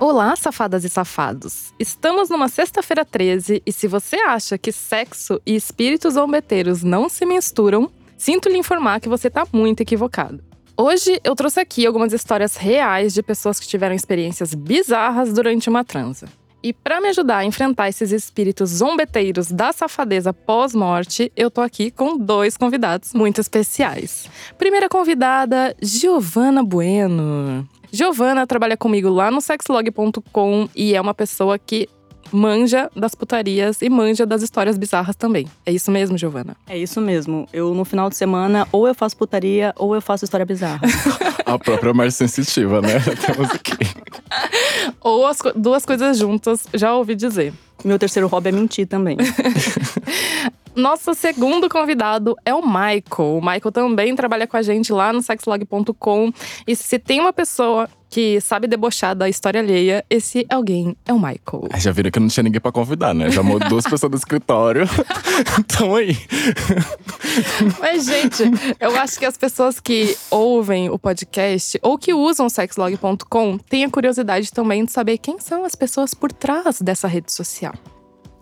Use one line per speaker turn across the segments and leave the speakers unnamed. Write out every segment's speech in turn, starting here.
Olá, safadas e safados! Estamos numa sexta-feira 13 e se você acha que sexo e espíritos zombeteiros não se misturam, sinto lhe informar que você tá muito equivocado. Hoje eu trouxe aqui algumas histórias reais de pessoas que tiveram experiências bizarras durante uma transa. E para me ajudar a enfrentar esses espíritos zombeteiros da safadeza pós-morte, eu tô aqui com dois convidados muito especiais. Primeira convidada, Giovana Bueno. Giovana trabalha comigo lá no sexlog.com e é uma pessoa que manja das putarias e manja das histórias bizarras também. É isso mesmo, Giovana?
É isso mesmo. Eu, no final de semana, ou eu faço putaria, ou eu faço história bizarra.
A própria mais sensitiva, né? Temos aqui.
Ou as co- duas coisas juntas, já ouvi dizer.
Meu terceiro hobby é mentir também.
Nosso segundo convidado é o Michael. O Michael também trabalha com a gente lá no sexlog.com. E se tem uma pessoa que sabe debochar da história alheia, esse alguém é o Michael.
Aí já viram que não tinha ninguém pra convidar, né? Já mudou duas pessoas do escritório. Então aí.
Mas, gente, eu acho que as pessoas que ouvem o podcast ou que usam sexlog.com têm a curiosidade também de saber quem são as pessoas por trás dessa rede social.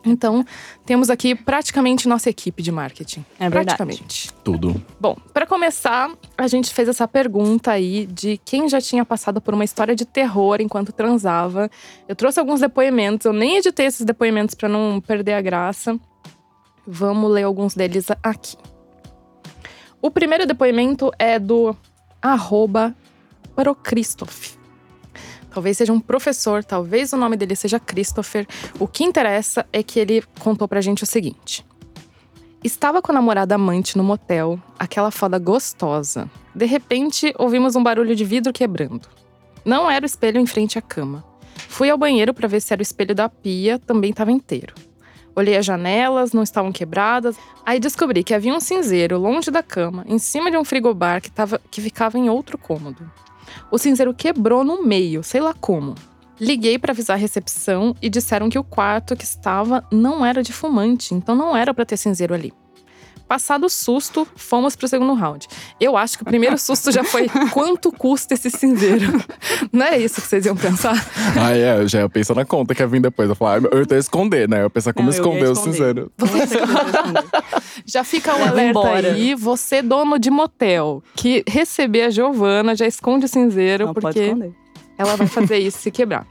Então, temos aqui praticamente nossa equipe de marketing.
É verdade.
praticamente.
Tudo.
Bom, pra começar, a gente fez essa pergunta aí de quem já tinha passado por uma história de terror enquanto transava. Eu trouxe alguns depoimentos, eu nem editei esses depoimentos pra não perder a graça. Vamos ler alguns deles aqui. O primeiro depoimento é do arroba Procristoff. Talvez seja um professor, talvez o nome dele seja Christopher. O que interessa é que ele contou pra gente o seguinte. Estava com a namorada amante no motel, aquela foda gostosa. De repente, ouvimos um barulho de vidro quebrando. Não era o espelho em frente à cama. Fui ao banheiro para ver se era o espelho da pia, também estava inteiro. Olhei as janelas, não estavam quebradas. Aí descobri que havia um cinzeiro longe da cama, em cima de um frigobar que, tava, que ficava em outro cômodo. O cinzeiro quebrou no meio, sei lá como. Liguei para avisar a recepção e disseram que o quarto que estava não era de fumante, então não era para ter cinzeiro ali. Passado o susto, fomos pro segundo round. Eu acho que o primeiro susto já foi quanto custa esse cinzeiro. Não era isso que vocês iam pensar?
Aí é, eu já ia pensar na conta que ia vir depois. Eu falava, ah, eu ia esconder, né? Eu ia pensar como
Não, eu ia
esconder o
esconder.
cinzeiro.
Não sei o que eu vou responder.
Já fica um
Leva
alerta
embora.
aí, você dono de motel que receber a Giovana já esconde o cinzeiro
Não pode
porque
esconder.
Ela vai fazer isso se quebrar.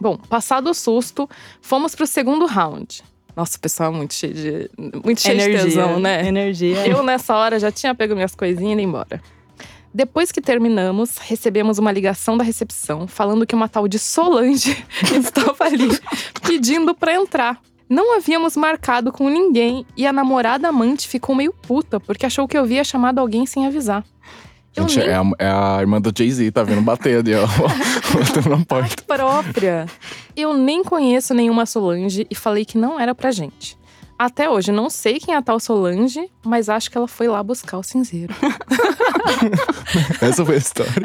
Bom, passado o susto, fomos pro segundo round. Nossa, o pessoal é muito cheio de. Muito cheio de tesão, né?
Energia.
Eu, nessa hora, já tinha pego minhas coisinhas e ido embora. Depois que terminamos, recebemos uma ligação da recepção falando que uma tal de Solange estava ali pedindo para entrar. Não havíamos marcado com ninguém e a namorada amante ficou meio puta porque achou que eu havia chamado alguém sem avisar. Eu
Gente,
nem
é a, é a irmã do Jay-Z, tá vindo bater ali, ó. Batendo na porta.
própria. Eu nem conheço nenhuma Solange e falei que não era pra gente. Até hoje, não sei quem é a tal Solange, mas acho que ela foi lá buscar o cinzeiro.
Essa foi a história.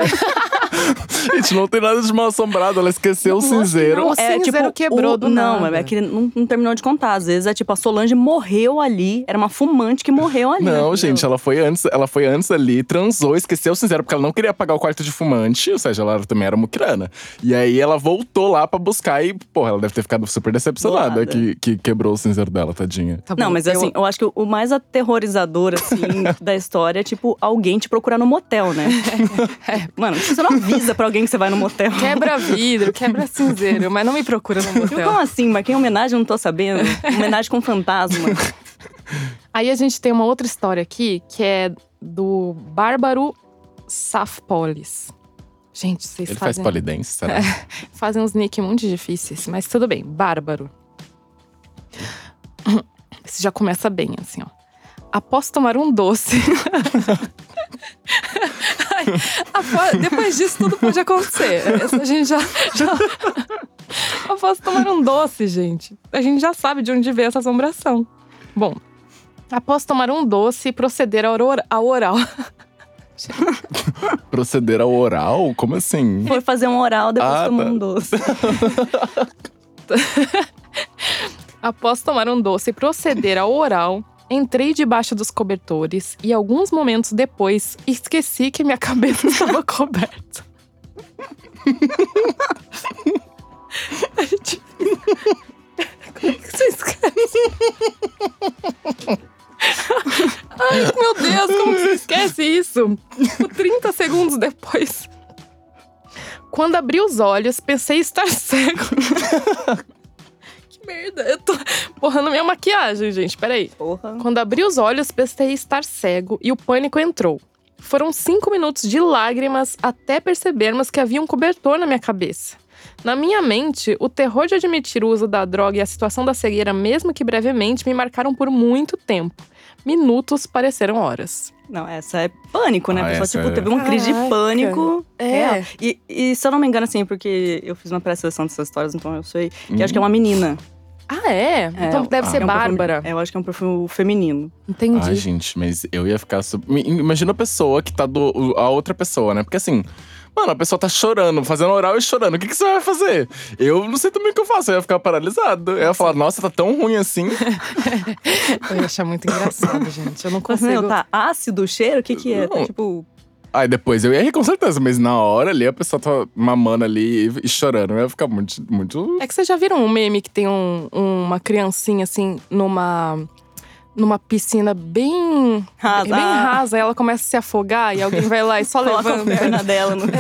Gente, não tem nada de mal assombrado. Ela esqueceu o
Não, não,
cinzeiro.
É,
não. O cinzeiro quebrou do
tipo, Não,
nada.
é que não, não terminou de contar. Às vezes é tipo, a Solange morreu ali. Era uma fumante que morreu ali.
Não, gente, ela foi antes, ela foi antes ali, transou, esqueceu o cinzeiro, porque ela não queria pagar o quarto de fumante, ou seja, ela também era muquirana. E aí ela voltou lá pra buscar e, porra, ela deve ter ficado super decepcionada
Bolada.
que, que quebrou o cinzeiro dela, tadinha.
Tá bom,
Não, mas
eu-
assim, eu acho que o- o mais aterrorizador, assim, da história é, tipo, alguém te procurar no motel, né? Mano, você não avisa pra alguém que você vai no motel.
É. Quebra vidro, quebra cinzeiro, mas não me procura no
Tipo, Como
motel.
assim? Mas quem é homenagem, eu não tô sabendo. homenagem com fantasma.
Aí a gente tem uma outra história aqui, que é do Bárbaro Safpolis. Gente, vocês
Ele faz
fazem,
polidense, será?
É.
fazem uns nick muito difíceis, mas tudo bem. Bárbaro. Isso já começa bem, assim, ó. Após tomar um doce. Ai, após- depois disso, tudo pode acontecer. Essa a gente já, já. Após tomar um doce, gente. A gente já sabe de onde veio essa assombração. Bom, após tomar um doce e proceder ao oro- ao oral.
Proceder ao oral? Como assim?
Foi fazer um oral, depois
Ah,
tomou
tá.
um doce.
Após tomar um doce e proceder ao oral, entrei debaixo dos cobertores e alguns momentos depois esqueci que minha cabeça estava coberta. A gente- Como é que você esquece? Ai, meu Deus, como que você esquece isso? Tipo, 30 segundos depois. Quando abri os olhos, pensei estar cego. que merda, eu tô borrando minha maquiagem, gente, peraí.
Porra.
Quando abri os olhos, pensei estar cego e o pânico entrou. Foram cinco minutos de lágrimas até percebermos que havia um cobertor na minha cabeça. Na minha mente, o terror de admitir o uso da droga e a situação da cegueira, mesmo que brevemente, me marcaram por muito tempo. Minutos pareceram horas.
Não, essa é pânico, né?
Ah,
a pessoa,
essa
tipo,
é-
teve uma crise de
Caraca.
pânico.
É.
real. E, e se eu não me engano, assim, porque eu fiz uma pré-seleção dessas histórias, então eu sei. Que acho que é
Hum.
uma menina.
Ah, é? então deve
ah,
ser
É um perfume-
Bárbara.
é, eu acho que é um perfume feminino.
Entendi.
Hum. Ai, gente, mas eu ia ficar. sub- Me- Imagina a pessoa que tá do. o- a outra pessoa, né? Porque assim. Mano, a pessoa tá chorando, fazendo oral e chorando. O que, que você vai fazer? Eu não sei também o que eu faço, eu ia ficar paralisado. Eu ia falar, nossa, tá tão ruim assim.
Eu ia achar muito engraçado, gente. Eu não
Mas, meu,
consigo.
tá ácido o cheiro? O que que é?
Não.
Tá, tipo,
Aí depois eu ia rir com certeza, mas na hora ali a pessoa tá mamando ali e, e chorando. Eu ia ficar muito. muito...
É que vocês já viram um meme que tem um- uma criancinha assim numa numa piscina bem
Rasa.
É
Ah,
bem rasa, ela começa a se afogar e alguém vai lá e só
coloca a
levanta.
um
perna dela no...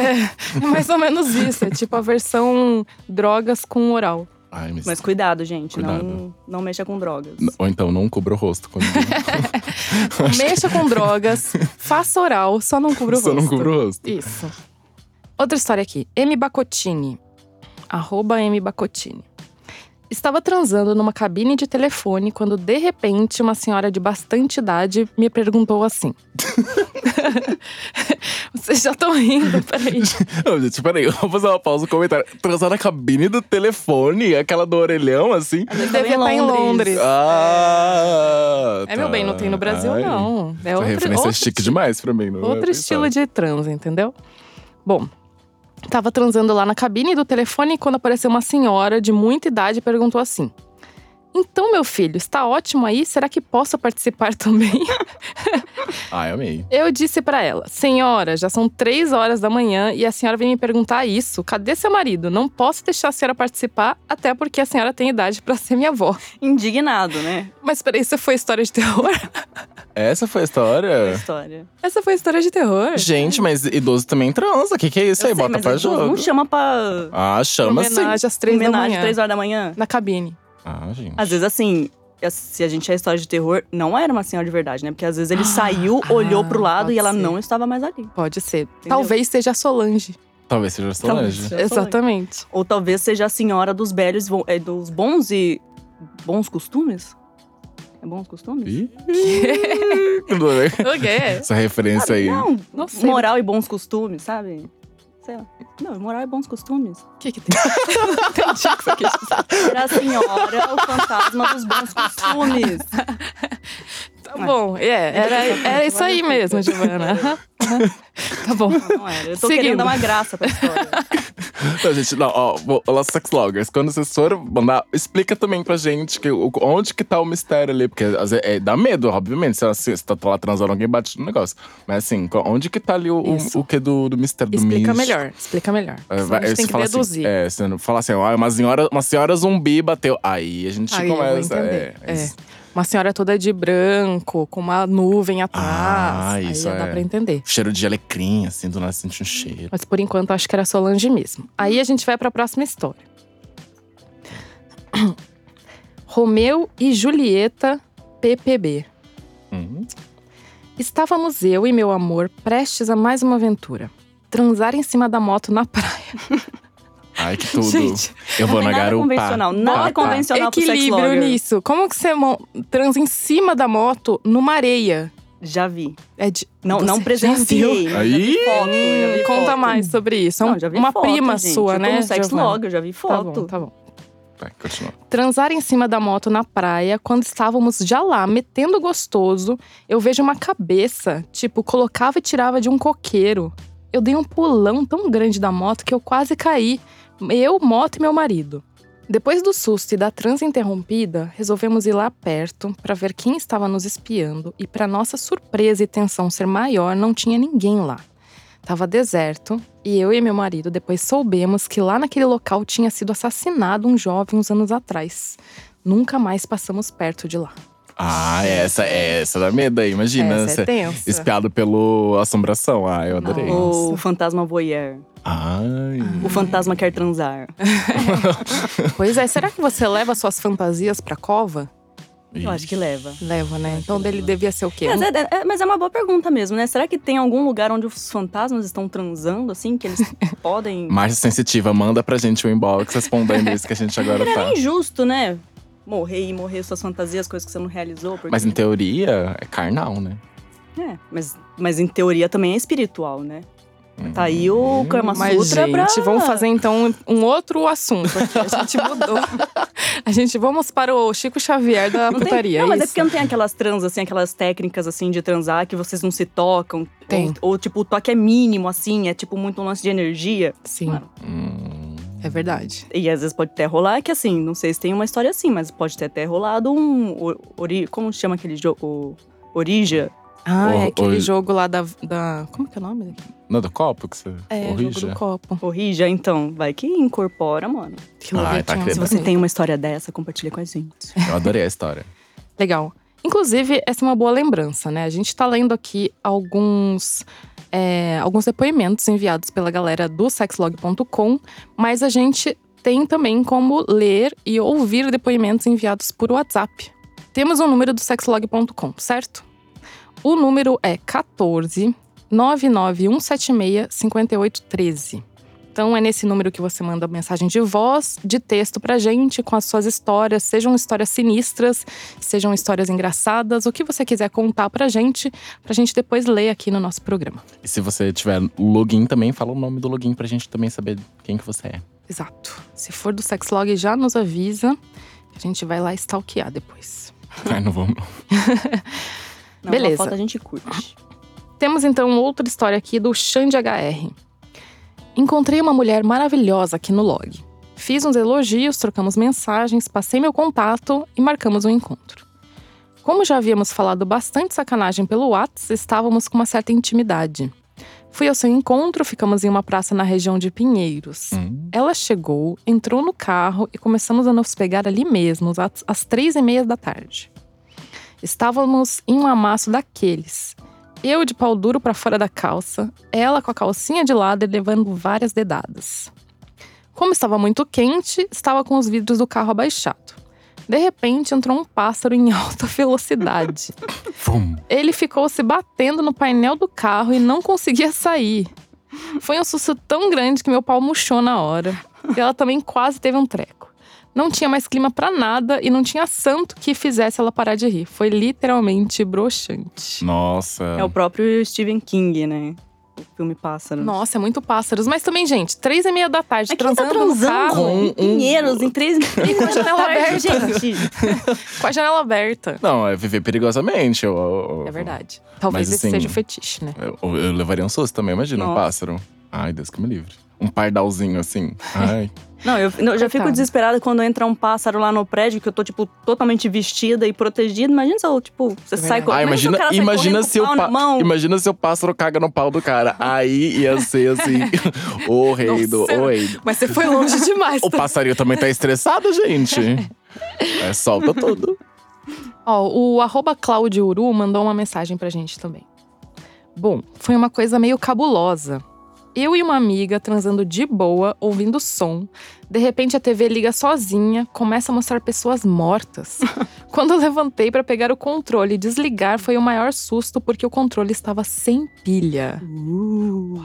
É mais ou menos isso, é tipo a versão drogas com oral.
Ai, mas.
Mas cuidado, gente. Não,
Cuidado.
não mexa com drogas.
Ou então não cubra o rosto. Quando...
Mexa com drogas, faça oral, só não cubra o
Só
rosto.
não cubra o rosto.
Isso. Outra história aqui. M Bacotini. Arroba M Bacotini. Estava transando numa cabine de telefone quando, de repente, uma senhora de bastante idade me perguntou assim. Vocês já estão rindo, peraí.
Não, gente, peraí, eu vou fazer uma pausa no comentário. Transar na cabine do telefone, aquela do orelhão, assim.
Mas
Devia
tava
estar em Londres.
Ah!
É, meu bem, não tem no Brasil,
Ai.
não. É
Essa
outra,
referência
outro
é chique
tipo.
demais pra mim. Não
Outro estilo de trans, entendeu? Bom, tava transando lá na cabine do telefone quando apareceu uma senhora de muita idade e perguntou assim: Então, meu filho, está ótimo aí? Será que posso participar também?
Ai, amei.
Eu disse pra ela: Senhora, já são três horas da manhã e a senhora vem me perguntar isso. Cadê seu marido? Não posso deixar a senhora participar, até porque a senhora tem idade pra ser minha avó.
Indignado, né?
Mas peraí, isso foi história de terror?
Essa foi a
A
história?
história.
Essa foi história de terror.
Gente, mas idoso também transa. O que, que é isso
Eu sei,
aí? Bota
mas
pra
idoso Não
jogo.
chama pra
Ah, chama sim.
Homenagem às três da
homenagem
manhã.
três horas da manhã.
Na cabine.
Ah, gente.
Às vezes, assim, se a gente é história de terror, não era uma senhora de verdade, né? Porque às vezes ele saiu,
Ah,
olhou pro lado
pode
e ela
ser.
não estava mais ali.
Pode ser. Talvez seja a Solange.
Talvez seja a Solange.
Talvez. Solange.
Exatamente.
Ou talvez seja a senhora dos velhos, vo- é, dos bons e. bons costumes? É bons costumes?
Ih. Tudo bem?
O quê?
Essa referência aí.
Não,
Não sei.
moral e bons costumes, sabe? Sei lá. Não, moral e bons costumes.
O que, que tem? Não entendi o que você quis dizer.
Era a senhora, o fantasma dos bons costumes.
Tá bom, é. Era, era isso aí mesmo, Giovana. Aham, aham. Tá bom.
Não era. Eu tô
Seguindo.
querendo dar uma graça pra história.
Não, gente, não, ó, vou- olá, sex loggers. Quando vocês forem mandar, explica também pra gente que, o- onde que tá o mistério ali. Porque às vezes, é, dá medo, obviamente. Se você tá lá transando, alguém bate no negócio. Mas assim, co- onde que tá ali o,
Isso.
o, o que do, do mistério
Explica
do místico?
melhor. Explica melhor.
É,
Senão
vai-
a gente
você
tem que
fala
deduzir.
Assim, é, você não fala assim, ah, uma, senhora, uma senhora zumbi bateu. Aí a gente
Aí eu vou
começa.
entender.
é,
É.
isso.
Uma senhora toda de branco, com uma nuvem atrás.
Ah,
aí
isso
já dá
é.
pra entender.
Cheiro de alecrim, assim, do nada sente um cheiro.
Mas por enquanto acho que era Solange mesmo. Aí a gente vai pra próxima história. Romeu e Julieta PPB.
Hum.
Estávamos eu e meu amor prestes a mais uma aventura. Transar em cima da moto na praia.
Ai, que tudo.
Gente,
eu vou na
é nada
garupa. Ah, tá.
convencional, nada
Pá, pá.
convencional. Profissional pro sex
Equilíbrio
logger.
nisso. Como que você mo- transa em cima da moto numa areia?
Já vi.
É de-
Não,
Você
não
já
presenciei. mas já vi
Aí!
foto, já vi
Conta
foto.
mais sobre isso. É um-
Não, já vi
uma
foto,
prima
gente.
sua,
eu
né?
Tô no sex
Giovana?
log, eu já vi
Tá
foto.
bom, tá bom.
Vai, continua.
Transar em cima da moto na praia, quando estávamos já lá, metendo gostoso, eu vejo uma cabeça, tipo, colocava e tirava de um coqueiro. Eu dei um pulão tão grande da moto que eu quase caí. Eu, moto e meu marido. Depois do susto e da transa interrompida, resolvemos ir lá perto para ver quem estava nos espiando e para nossa surpresa e tensão ser maior, não tinha ninguém lá. Tava deserto e eu e meu marido depois soubemos que lá naquele local tinha sido assassinado um jovem uns anos atrás. Nunca mais passamos perto de lá.
Ah, essa, essa dá medo aí, imagina.
Essa é
você-
tensa.
espiado pelo Assombração. Ah, eu
tá
adorei.
Ou o fantasma voyeur.
Ai.
O fantasma quer transar.
Pois é, será que você leva suas fantasias pra cova?
Eu acho que leva.
Leva, né? Então dele devia ser o quê?
Mas é, é- é- mas é uma boa pergunta mesmo, né? Será que tem algum lugar onde os fantasmas estão transando, assim, que eles podem.
Márcia Sensitiva, manda pra gente o inbox respondendo isso que a gente agora
É
tá.
injusto, né? Morrer e morrer suas fantasias, coisas que você não realizou. Porque...
Mas em teoria, é carnal, né?
É, mas, mas em teoria também é espiritual, né? Tá aí o Kama
Hum, Mas,
Sutra
gente,
pra...
vamos fazer então um outro assunto aqui. A gente mudou. a gente, vamos para o Chico Xavier da
Não tem-
putaria,
não,
é
mas é
isso?
porque não tem aquelas trans, assim, aquelas técnicas, assim, de transar que vocês não se tocam.
Tem.
Ou, ou, tipo, o toque é mínimo, assim, é tipo muito um lance de energia.
Sim,
Hum.
é verdade.
E às vezes pode até rolar, que assim, não sei se tem uma história assim, mas pode ter até rolado um. o- Ori, como chama aquele jogo? O- Orija?
Ah, é
O-
aquele
o-
jogo lá da, da. Como que é o nome daqui?
Não, do copo que você
É,
corrige?
jogo do copo.
Orija, então, vai que incorpora, mano.
Que eu
Ah,
vi
tá
aqui, ó.
querendo.
Se você tem uma história dessa, compartilha com a gente.
Eu adorei a história.
Legal. Inclusive, essa é uma boa lembrança, né? A gente tá lendo aqui alguns, é, alguns depoimentos enviados pela galera do sexlog.com, mas a gente tem também como ler e ouvir depoimentos enviados por WhatsApp. Temos o número do sexlog.com, certo? O número é 14 99176 5813. Então é nesse número que você manda mensagem de voz, de texto pra gente, com as suas histórias, sejam histórias sinistras, sejam histórias engraçadas, o que você quiser contar pra gente, pra gente depois ler aqui no nosso programa.
E se você tiver login também, fala o nome do login pra gente também saber quem que você é.
Exato. Se for do Sexlog, já nos avisa. que A gente vai lá stalkear depois.
Ai, não vamos.
Não,
Beleza. Ah.
uma foto a gente curte.
Temos então outra história aqui do Xande HR. Encontrei uma mulher maravilhosa aqui no log. Fiz uns elogios, trocamos mensagens, passei meu contato e marcamos um encontro. Como já havíamos falado bastante sacanagem pelo Whats, estávamos com uma certa intimidade. Fui ao seu encontro, ficamos em uma praça na região de Pinheiros.
Hum.
Ela chegou, entrou no carro e começamos a nos pegar ali mesmo, às- às três e meia da tarde. Estávamos em um amasso daqueles. Eu de pau duro para fora da calça, ela com a calcinha de lado e levando várias dedadas. Como estava muito quente, estava com os vidros do carro abaixado. De repente, entrou um pássaro em alta velocidade.
Vum.
Ele ficou se batendo no painel do carro e não conseguia sair. Foi um susto tão grande que meu pau murchou na hora. E ela também quase teve um treco. Não tinha mais clima pra nada e não tinha santo que fizesse ela parar de rir. Foi literalmente broxante.
Nossa.
É o próprio Stephen King, né? O filme né? Pássaro.
Nossa, é muito pássaros. Mas também, gente, três e meia da tarde,
Mas quem
transando,
tá
no
transando
carro,
Com
em
um-
Pinheiros, em três e
com a janela aberta.
gente.
com a janela aberta.
Não, é viver perigosamente. Eu, eu-
É verdade. Talvez
Mas,
esse
assim,
seja o fetiche, né?
Eu, eu levaria um susto também, imagina, um
Nossa.
pássaro. Ai, Deus que me livre. Um pardalzinho assim. Ai.
Não, eu, eu já fico
Coitado.
desesperada quando entra um pássaro lá no prédio, que eu tô, tipo, totalmente vestida e protegida. Imagina se eu, tipo, você
É
sai
verdade.
co-
Ah, imagina,
se o cara sai
imagina
correndo
se
com
o
o pau na
pa-
mão.
imagina se o pássaro caga no pau do cara. Aí ia ser assim, o rei do
Nossa.
o rei.
Mas você foi longe demais.
O passarinho também tá estressado, gente. É, solta tudo.
Ó, o arroba Claudio Uru mandou uma mensagem pra gente também. Bom, foi uma coisa meio cabulosa. Eu e uma amiga transando de boa, ouvindo som. De repente a TV liga sozinha, começa a mostrar pessoas mortas. Quando eu levantei pra pegar o controle e desligar, foi o maior susto porque o controle estava sem pilha.
Uh,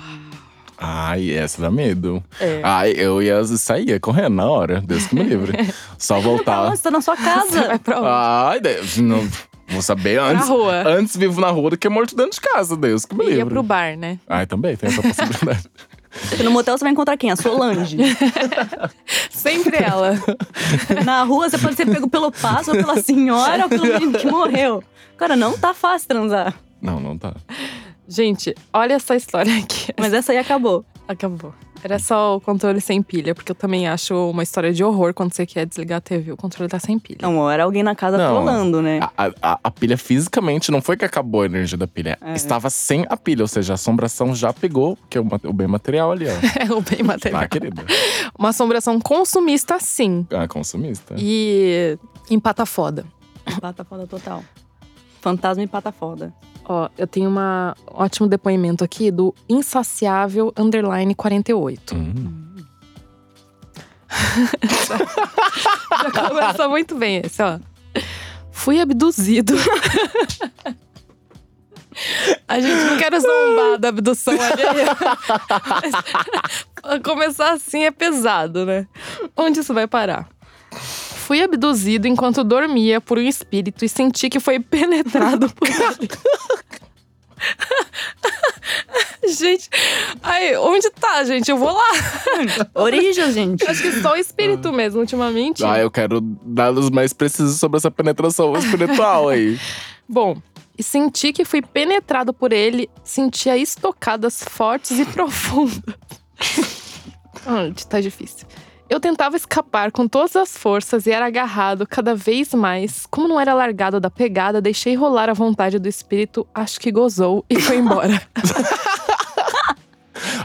Ai, essa dá medo.
É.
Ai, eu ia sair correndo na hora. Deus que me livre. Só
Tá.
voltar.
Nossa, tá na sua casa.
Vai pra onde?
Ai, Deus, não, vou saber
Pra
antes.
rua.
Antes vivo na rua do que morto dentro de casa, Deus que me
Ia pro
livre.
bar, né?
Ai, também tem essa possibilidade.
Porque no motel você vai encontrar quem? A Solange.
Sempre ela.
na rua você pode ser pego pelo pássaro, pela senhora ou pelo menino que morreu. Cara, não tá fácil transar.
Não, não tá.
Gente, olha essa história aqui.
Mas essa aí acabou.
Acabou. Era só o controle sem pilha, porque eu também acho uma história de horror quando você quer desligar a TV, o controle tá sem pilha.
Não, era alguém na casa
Não.
trolando, né?
A, a- a, a pilha fisicamente não foi que acabou a energia da pilha. Estava sem a pilha, ou seja, a assombração já pegou, que é o, ma- o bem material ali, ó.
É o bem material.
Tá, querida.
Uma assombração consumista, sim.
Ah, consumista.
E empata foda.
Ah.
Pata foda total. Fantasma e pata foda.
Ó, eu tenho uma um ótimo depoimento aqui do insaciável underline 48.
Hum.
Já começa muito bem esse, ó. Fui abduzido. A gente não quer zombar da abdução alheia. Mas começar assim é pesado, né? Onde isso vai parar? Fui abduzido enquanto dormia por um espírito e senti que foi penetrado por ele. gente, aí, onde tá, gente? Eu vou lá.
Orija, gente.
Acho que só o espírito mesmo, ultimamente.
Ah, eu quero dados mais precisos sobre essa penetração espiritual aí.
Bom, e senti que fui penetrado por ele, sentia estocadas fortes e profundas. Ai, tá difícil. Eu tentava escapar com todas as forças e era agarrado cada vez mais. Como não era largado da pegada, deixei rolar a vontade do espírito, acho que gozou e foi embora.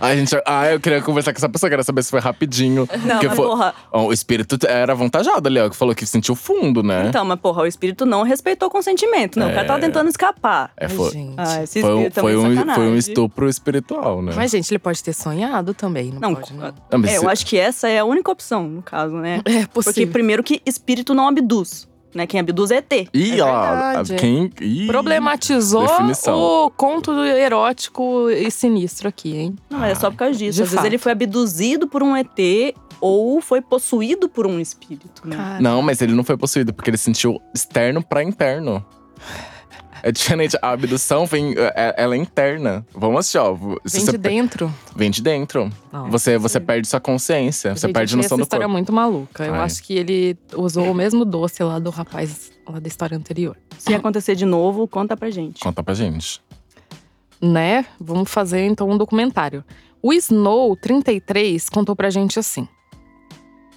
Ai, gente, ah, eu queria conversar com essa pessoa, queria saber se foi rapidinho.
Não,
porque
mas
foi-
porra.
Ó, o espírito era avantajado ali, ó, que falou que sentiu fundo, né?
Então, mas porra, o espírito não respeitou o consentimento, né? O cara tava tentando escapar.
é, foi,
gente.
Ah, esse
foi, um,
espírito é
foi,
muito
um,
sacanagem.
foi um estupro espiritual, né?
Mas, gente, ele pode ter sonhado também, não,
Não,
pode, não?
Ah, mas
é,
se-
eu acho que essa é a única opção, no caso, né?
É
Porque
possível.
primeiro que espírito não abduz, né? Quem abduz é ET.
Ih,
É
ó, a-
verdade.
quem. Ih.
Problematizou
Hum, Definição.
o conto erótico e sinistro aqui, hein?
Não, é
Ah,
só por causa disso.
de
Às vezes ele
fato.
foi abduzido por um ET ou foi possuído por um espírito, né?
Cara.
Não, mas ele não foi possuído, porque ele sentiu externo pra interno. É diferente, a abdução vem, é- ela é interna. Vamos assistir, ó. se
Vem
você
de
pe-
dentro.
Vem de dentro.
Não.
Você, você perde sua consciência, você
Gente, achei
perde a noção
essa
do
história
corpo.
muito maluca. Eu
Ai.
acho que ele usou o mesmo doce lá do rapaz lá da história anterior.
Se acontecer de novo, conta pra gente.
Conta pra gente.
Né? Vamos fazer então um documentário. O Snow 33 contou pra gente assim.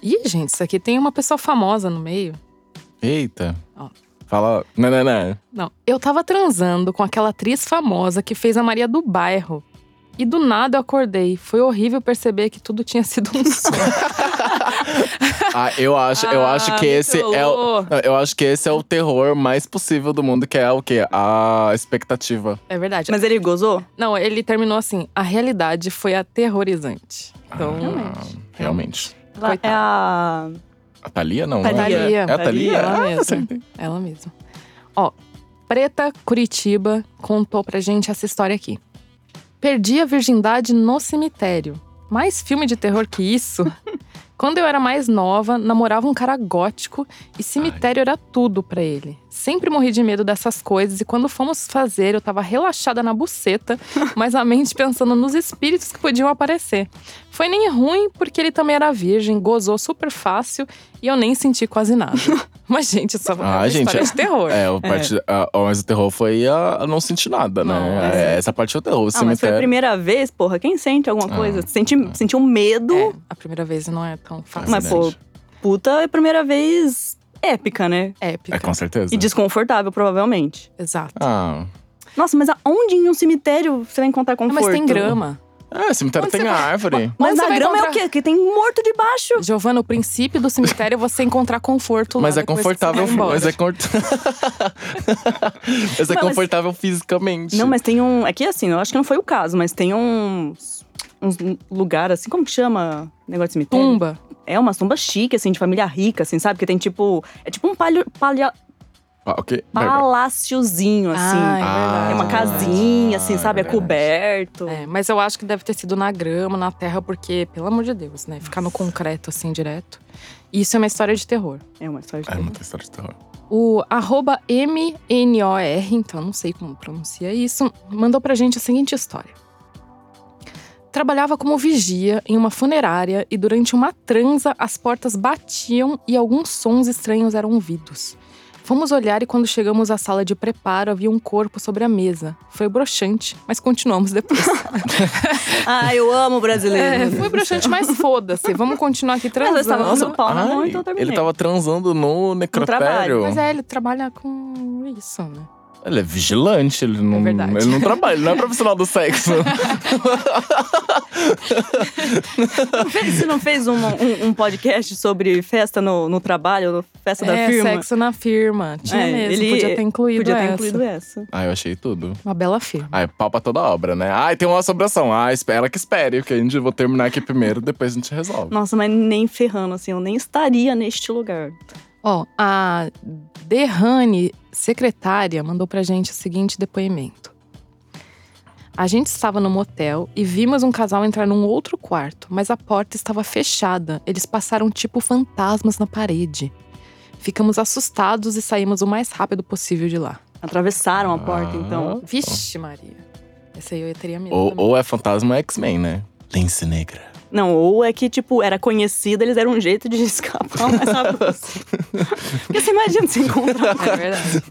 Ih, gente, isso aqui tem uma pessoa famosa no meio.
Eita.
Ó.
Fala. né, Não, não, não.
Não, eu tava transando com aquela atriz famosa que fez a Maria do Bairro. E do nada eu acordei. Foi horrível perceber que tudo tinha sido um sonho.
Ah, eu acho, eu acho que
Ah, me
esse é o.
trollou.
não, Eu acho que esse é o terror mais possível do mundo, que é o quê? A expectativa.
É verdade.
Mas ele gozou?
Não, ele terminou assim. A realidade foi aterrorizante. Então,
Realmente.
Ah, realmente.
Ela
Coitado.
É a.
A Thalia não, né?
Thalia.
É a Thalia?
Thalia,
ela
Ah,
mesma.
acertei.
Ela mesma. Ó, Preta Curitiba contou pra gente essa história aqui. Perdi a virgindade no cemitério. Mais filme de terror que isso? Quando eu era mais nova, namorava um cara gótico e cemitério era tudo pra ele. Sempre morri de medo dessas coisas e quando fomos fazer, eu tava relaxada na buceta, mas a mente pensando nos espíritos que podiam aparecer. Foi nem ruim, porque ele também era virgem, gozou super fácil e eu nem senti quase nada. Mas, gente, isso é uma
Ah, gente,
história de terror.
É, a parte, a- a- mas o terror foi a, a não sentir nada,
Não,
né?
mas-
É, essa parte é o terror. O
Ah, mas foi a
cemitério.
primeira vez, porra. Quem sente alguma
Ah.
coisa? Sente, sentiu medo.
É, a primeira vez não é tão
Ah,
fácil.
Mas, pô,
Verdade.
puta é a primeira vez épica, né?
Épica.
É, com certeza.
E desconfortável, provavelmente.
Exato.
Ah.
Nossa, mas aonde em um cemitério você vai encontrar
Ah,
conforto?
mas tem grama.
É, cemitério
Onde
tem
você
a
vai-
árvore.
Mas
Onde você
a
vai
grama é o
encontrar?
quê? Que tem morto debaixo.
Giovana, o princípio do cemitério é você encontrar conforto lá
Mas é
depois que você vai
confortável.
embora.
Mas é, cont... mas é
Não, mas-
confortável fisicamente.
Não, mas tem um. Aqui assim, eu acho que não foi o caso, mas tem uns. Uns lugar assim, como que chama? Negócio de cemitério?
Tumba.
É uma tumba chique, assim, de família rica, assim, sabe? Que tem tipo. É tipo um palio, palha-
Ah, ok.
paláciozinho, assim.
Ah, é verdade.
é uma casinha, assim,
Ah,
sabe? É
verdade.
coberto.
É, mas eu acho que deve ter sido na grama, na terra, porque, pelo amor de Deus, né? Ficar no concreto assim direto. Isso é uma história de terror.
É uma história de
É
terror.
muita história de terror.
O arroba MNOR, então não sei como pronuncia isso, mandou pra gente a seguinte história. Trabalhava como vigia em uma funerária e durante uma transa as portas batiam e alguns sons estranhos eram ouvidos. Fomos olhar e quando chegamos à sala de preparo havia um corpo sobre a mesa. Foi broxante, mas continuamos depois.
Ah, eu amo brasileiro.
É, foi broxante, mas foda-se. Vamos continuar aqui
Mas eu estava com
transando.
São Paulo na mão,
Ai,
então eu terminei.
ele tá- tava transando no necrotério.
Mas é, ele trabalha com isso, né?
Ele é vigilante, ele não,
verdade.
ele não trabalha, ele não é profissional do sexo.
Você não fez um, um- um podcast sobre festa no, no trabalho, no festa da
é,
firma?
sexo na firma. Tinha
É,
mesmo,
ele
podia ter incluído
Podia ter
essa.
incluído essa.
Ai, Ah, eu achei tudo.
Uma bela firma.
Ai, pau pra toda obra, né? Ai, tem uma sobração. Ai, espera que espere, porque a gente vou terminar aqui primeiro, depois a gente resolve.
Nossa, mas nem ferrando, assim, eu nem estaria neste lugar.
Ó, a Derrane, secretária, mandou pra gente o seguinte depoimento. A gente estava no motel e vimos um casal entrar num outro quarto, mas a porta estava fechada. Eles passaram tipo fantasmas na parede. Ficamos assustados e saímos o mais rápido possível de lá.
Atravessaram a porta,
Ah.
então.
Vixe, Maria. Essa aí eu teria medo.
Ou,
também.
ou é fantasma ou é X-Men, né? Lince Negra.
Não, ou é que, tipo, era conhecida, eles deram um jeito de escapar o mais rápido possível. Porque você imagina se encontrar.
É verdade.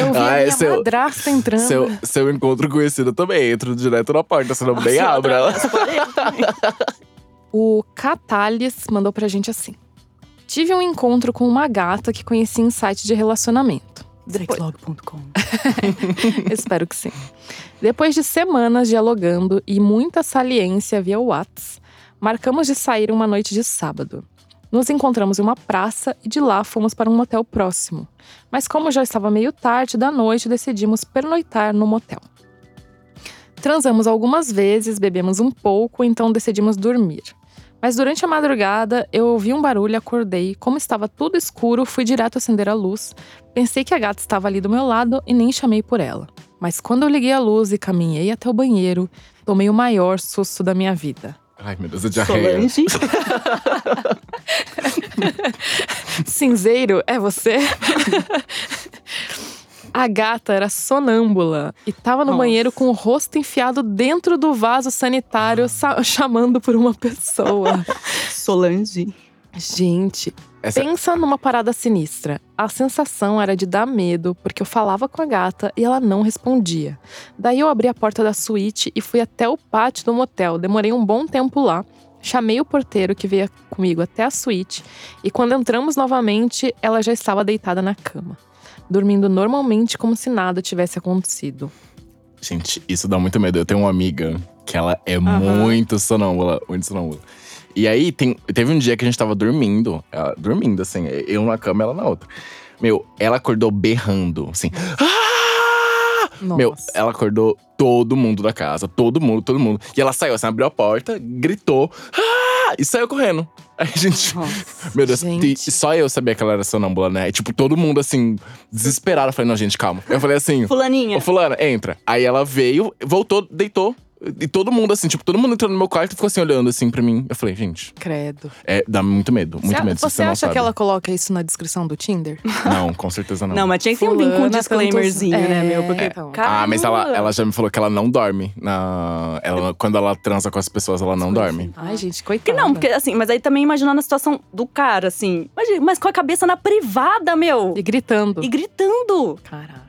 Eu vi
Ah,
a minha
é seu-
madrasta entrando.
Seu, seu encontro conhecido também, entro direto na porta, senão nem abre ela.
O Catales mandou pra gente assim. Tive um encontro com uma gata que conheci em site de relacionamento.
Drakelog.com.
Espero que sim. Depois de semanas dialogando e muita saliência via Whats, marcamos de sair uma noite de sábado. Nos encontramos em uma praça e de lá fomos para um motel próximo. Mas como já estava meio tarde da noite, decidimos pernoitar no motel. Transamos algumas vezes, bebemos um pouco, então decidimos dormir. Mas durante a madrugada, eu ouvi um barulho, e acordei. Como estava tudo escuro, fui direto acender a luz, Pensei que a gata estava ali do meu lado e nem chamei por ela. Mas quando eu liguei a luz e caminhei até o banheiro, tomei o maior susto da minha vida.
Ai, meu Deus, eu diarreia.
Solange.
Cinzeiro, é você? a gata era sonâmbula e estava no
Nossa.
banheiro com o rosto enfiado dentro do vaso sanitário, sa- chamando por uma pessoa.
Solange.
Gente,
Essa-
pensa numa parada sinistra. A sensação era de dar medo, porque eu falava com a gata e ela não respondia. Daí eu abri a porta da suíte e fui até o pátio do motel. Demorei um bom tempo lá. Chamei o porteiro que veio comigo até a suíte e quando entramos novamente, ela já estava deitada na cama, dormindo normalmente como se nada tivesse acontecido.
Gente, isso dá muito medo. Eu tenho uma amiga que ela é muito sonâmbula, muito sonâmbula. E aí, tem- teve um dia que a gente tava dormindo, ela- dormindo, assim, eu numa cama, ela na outra. Meu, ela acordou berrando, assim. "Ah!"
Nossa.
Meu, ela acordou todo mundo da casa, todo mundo, todo mundo. E ela saiu, assim, abriu a porta, gritou, "Ah!" e saiu correndo. Aí a gente.
Nossa.
Meu Deus,
Gente.
e só eu sabia que ela era sonâmbula, né? E, tipo, todo mundo, assim, desesperado. Eu falei, não, gente, calma. Eu falei assim.
Fulaninha.
Ô, fulana, entra. Aí ela veio, voltou, deitou. E todo mundo, assim, tipo, todo mundo entrou no meu quarto e ficou assim, olhando assim pra mim. Eu falei, gente,
credo.
é, dá muito medo, muito
Você-
medo. se
você
não
acha
sabe.
que ela coloca isso na descrição do Tinder?
Não, com certeza não.
Não, mas tinha que ter um link com um
Fulana, tantos-
disclaimerzinho, né, meu? Porque,
É, então.
caramba.
Ah, mas ela, ela já me falou que ela não dorme. Na... Ela, quando ela transa com as pessoas, ela não dorme.
Ai, gente,
Porque
coitada.
Ah. não, porque assim, mas aí também imaginando a situação do cara, assim. Imagina, mas com a cabeça na privada, meu!
E gritando.
E gritando!
Caraca.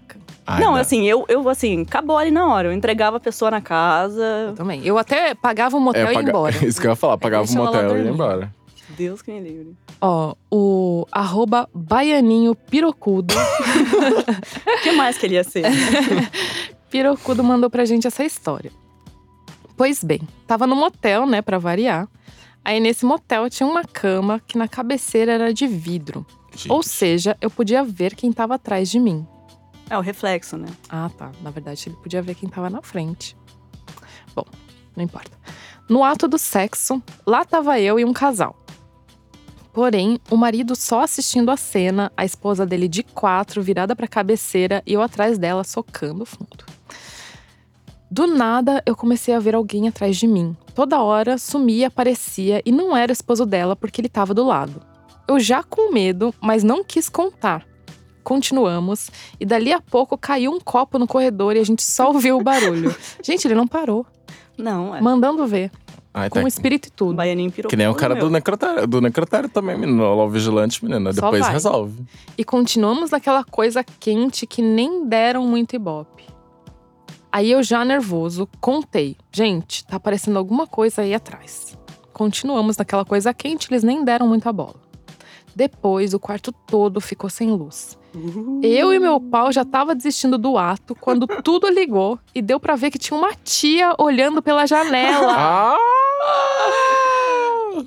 Ai,
não,
Ah, dá.
assim, eu, eu, assim, acabou ali na hora. Eu entregava a pessoa na casa.
Eu também. Eu até pagava o motel
É,
e ia
paga-
embora.
Isso que eu ia falar, pagava o
deixava ela
motel e ia
dormir.
embora.
Deus que me livre.
Ó, o arroba baianinho pirocudo.
O que mais queria ser?
pirocudo mandou pra gente essa história. Pois bem, tava no motel, né, pra variar. Aí nesse motel tinha uma cama que na cabeceira era de vidro.
Gente,
Ou seja, eu podia ver quem tava atrás de mim.
É o reflexo, né?
Ah, tá. Na verdade, ele podia ver quem tava na frente. Bom, não importa. No ato do sexo, lá tava eu e um casal. Porém, o marido só assistindo a cena, a esposa dele de quatro, virada pra cabeceira e eu atrás dela socando o fundo. Do nada, eu comecei a ver alguém atrás de mim. Toda hora sumia, aparecia e não era o esposo dela porque ele tava do lado. Eu já com medo, mas não quis contar. Continuamos e dali a pouco caiu um copo no corredor e a gente só ouviu o barulho. gente, ele não parou,
Não, é.
mandando ver.
Ai,
com
tá.
o espírito e
O
tudo.
baianinho pirou.
Que nem o
tudo,
cara
meu.
do necrotério, do necrotério também, menino. Lá o vigilante, menina.
Só
Depois
vai.
resolve.
E continuamos naquela coisa quente que nem deram muito ibope. Aí eu já nervoso, contei. Gente, tá aparecendo alguma coisa aí atrás. Continuamos naquela coisa quente, eles nem deram muita bola. Depois, o quarto todo ficou sem luz. Eu e meu pau já tava desistindo do ato quando tudo ligou e deu pra ver que tinha uma tia olhando pela janela.
Ah!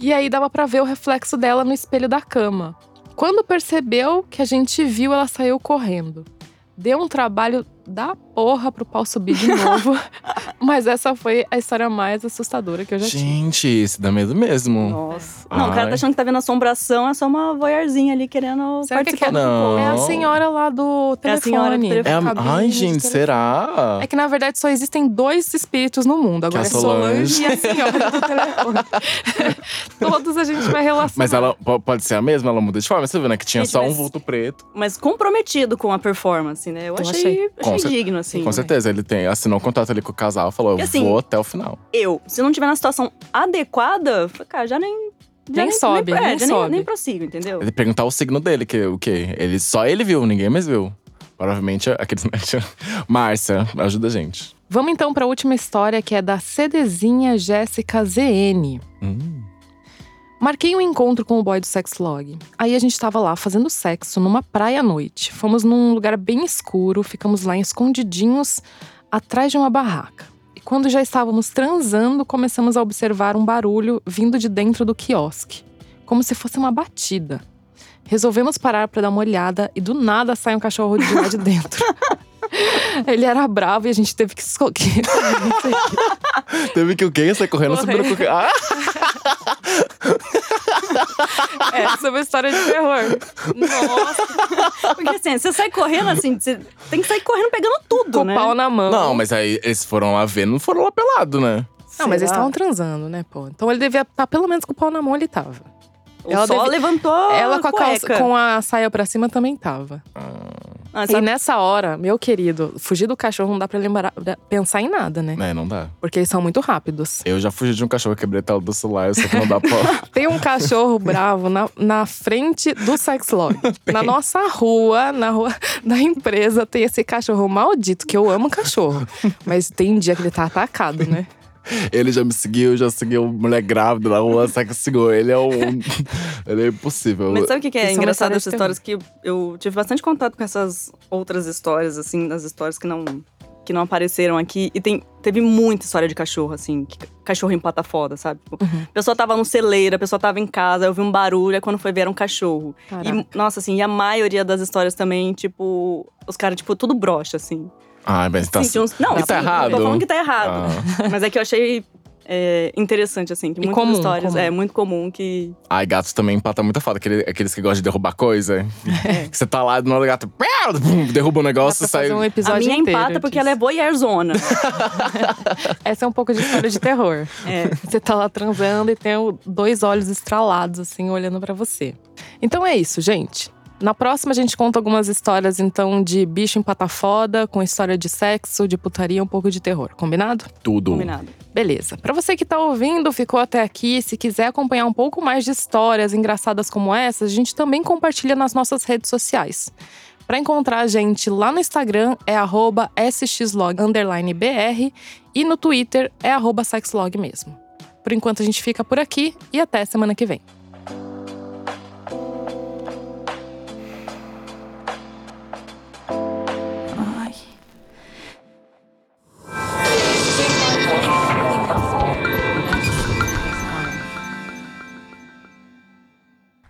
E aí dava pra ver o reflexo dela no espelho da cama. Quando percebeu que a gente viu, ela saiu correndo. Deu um trabalho da porra pro pau subir de novo. mas essa foi a história mais assustadora que eu já tive.
Gente, isso dá medo mesmo.
Nossa. Não, o cara
Ai.
tá achando que tá vendo assombração, é só uma voyarzinha ali querendo
Será que
participar.
aquela-
Não.
É a senhora lá do
É a senhora do
telefone.
telefone.
É a-
cabine
Ai,
de
gente,
telefone.
será?
É que na verdade só existem dois espíritos no mundo. Agora
a
é Solange
Solange.
e a senhora do telefone. Todos a gente vai relacionar.
Mas ela po- pode ser a mesma, ela muda de forma. Você viu, né? Que tinha
Gente,
só um
mas-
vulto preto.
Mas comprometido com a performance, né?
Eu
Eu achei, achei,
Com cer-
digno, assim.
Com certeza, ele tem, assinou um contrato ali com o casal, falou:
E
eu
assim-
vou até o final.
Eu, se não tiver na situação adequada, cara, já nem. Já
Nem sobe,
é,
nem
já
sobe.
Nem, nem prossigo, entendeu?
Ele perguntar o signo dele, que o quê? Ele, só ele viu, ninguém mais viu. Provavelmente aqueles. Márcia, ajuda a gente.
Vamos então pra última história que é da CDzinha Jéssica ZN.
Hum.
Marquei um encontro com o boy do sexlog. Aí a gente tava lá fazendo sexo numa praia à noite. Fomos num lugar bem escuro, ficamos lá escondidinhos atrás de uma barraca. E quando já estávamos transando, começamos a observar um barulho vindo de dentro do quiosque, como se fosse uma batida. Resolvemos parar para dar uma olhada e do nada sai um cachorro de lá de dentro. Ele era bravo e a gente teve que escolher.
Teve que o quê? Você correndo
Correndo.
sobre o. cu- Ah!
Essa é uma história de terror. Nossa,
Porque assim, você sai correndo assim, você tem que sair correndo pegando tudo,
com o
né?
pau na mão.
Não, mas aí eles foram lá ver, não foram lá pelado, né?
Não, mas eles
Será?
estavam transando, né, pô? Então ele devia estar pelo menos com o pau na mão, ele tava.
Ou
ela
só
deve-
levantou.
Ela com a
cueca.
calça, com a saia pra cima também tava.
Ah,
E
sabe?
nessa hora, meu querido, fugir do cachorro não dá pra lembrar, pra pensar em nada, né?
É, não dá.
Porque eles são muito rápidos.
Eu já fugi de um cachorro, quebrei a tela do celular, eu sei que não dá pra.
Tem um cachorro bravo na, na frente do sex log. Na nossa rua, na rua da empresa, tem esse cachorro maldito, que eu amo cachorro. Mas tem dia que ele tá atacado, né?
Ele já me seguiu, já seguiu mulher grávida na rua, sabe que segurou. Ele é um. ele é impossível.
Mas sabe o que, que
Isso é
é
uma
engraçado
história
dessas
de
histórias? Que eu tive bastante contato com essas outras histórias, assim, das histórias que não, que não apareceram aqui. E tem, teve muita história de cachorro, assim, que cachorro empata foda, sabe? Tipo,
Uhum.
A pessoa tava no celeiro, a pessoa tava em casa, eu vi um barulho, aí quando foi ver era um cachorro.
Caraca.
E, nossa, assim, e a maioria das histórias também, tipo, os caras, tipo, tudo broxa, assim.
Ai, mas tá.
Sim, tinha uns- Não,
E tá
assim,
errado?
não tô falando que tá errado.
Ah.
Mas é que eu achei é, interessante, assim, que muitas
comum,
histórias.
comum.
É muito comum que.
Ai, gatos também empata muita foda. Aquele, aqueles que gostam de derrubar coisa. Que Você tá lá do nada, o gato "Piau", bum, derruba um
É. Dá
negócio
pra
e sai.
fazer um
A
episódio
minha
inteiro
empata porque ela é
disso.
voyeurzona.
Essa é um pouco de história de terror.
é.
Você tá lá transando e tem o- dois olhos estralados, assim, olhando pra você. Então é isso, gente. Na próxima a gente conta algumas histórias, então, de bicho em pata foda, com história de sexo, de putaria, um pouco de terror. Combinado?
Tudo.
Combinado.
Beleza. Pra você que tá ouvindo, ficou até aqui, se quiser acompanhar um pouco mais de histórias engraçadas como essa, a gente também compartilha nas nossas redes sociais. Pra encontrar a gente lá no Instagram é arroba sxlog_br e no Twitter é arroba sexlog mesmo. Por enquanto a gente fica por aqui e até semana que vem.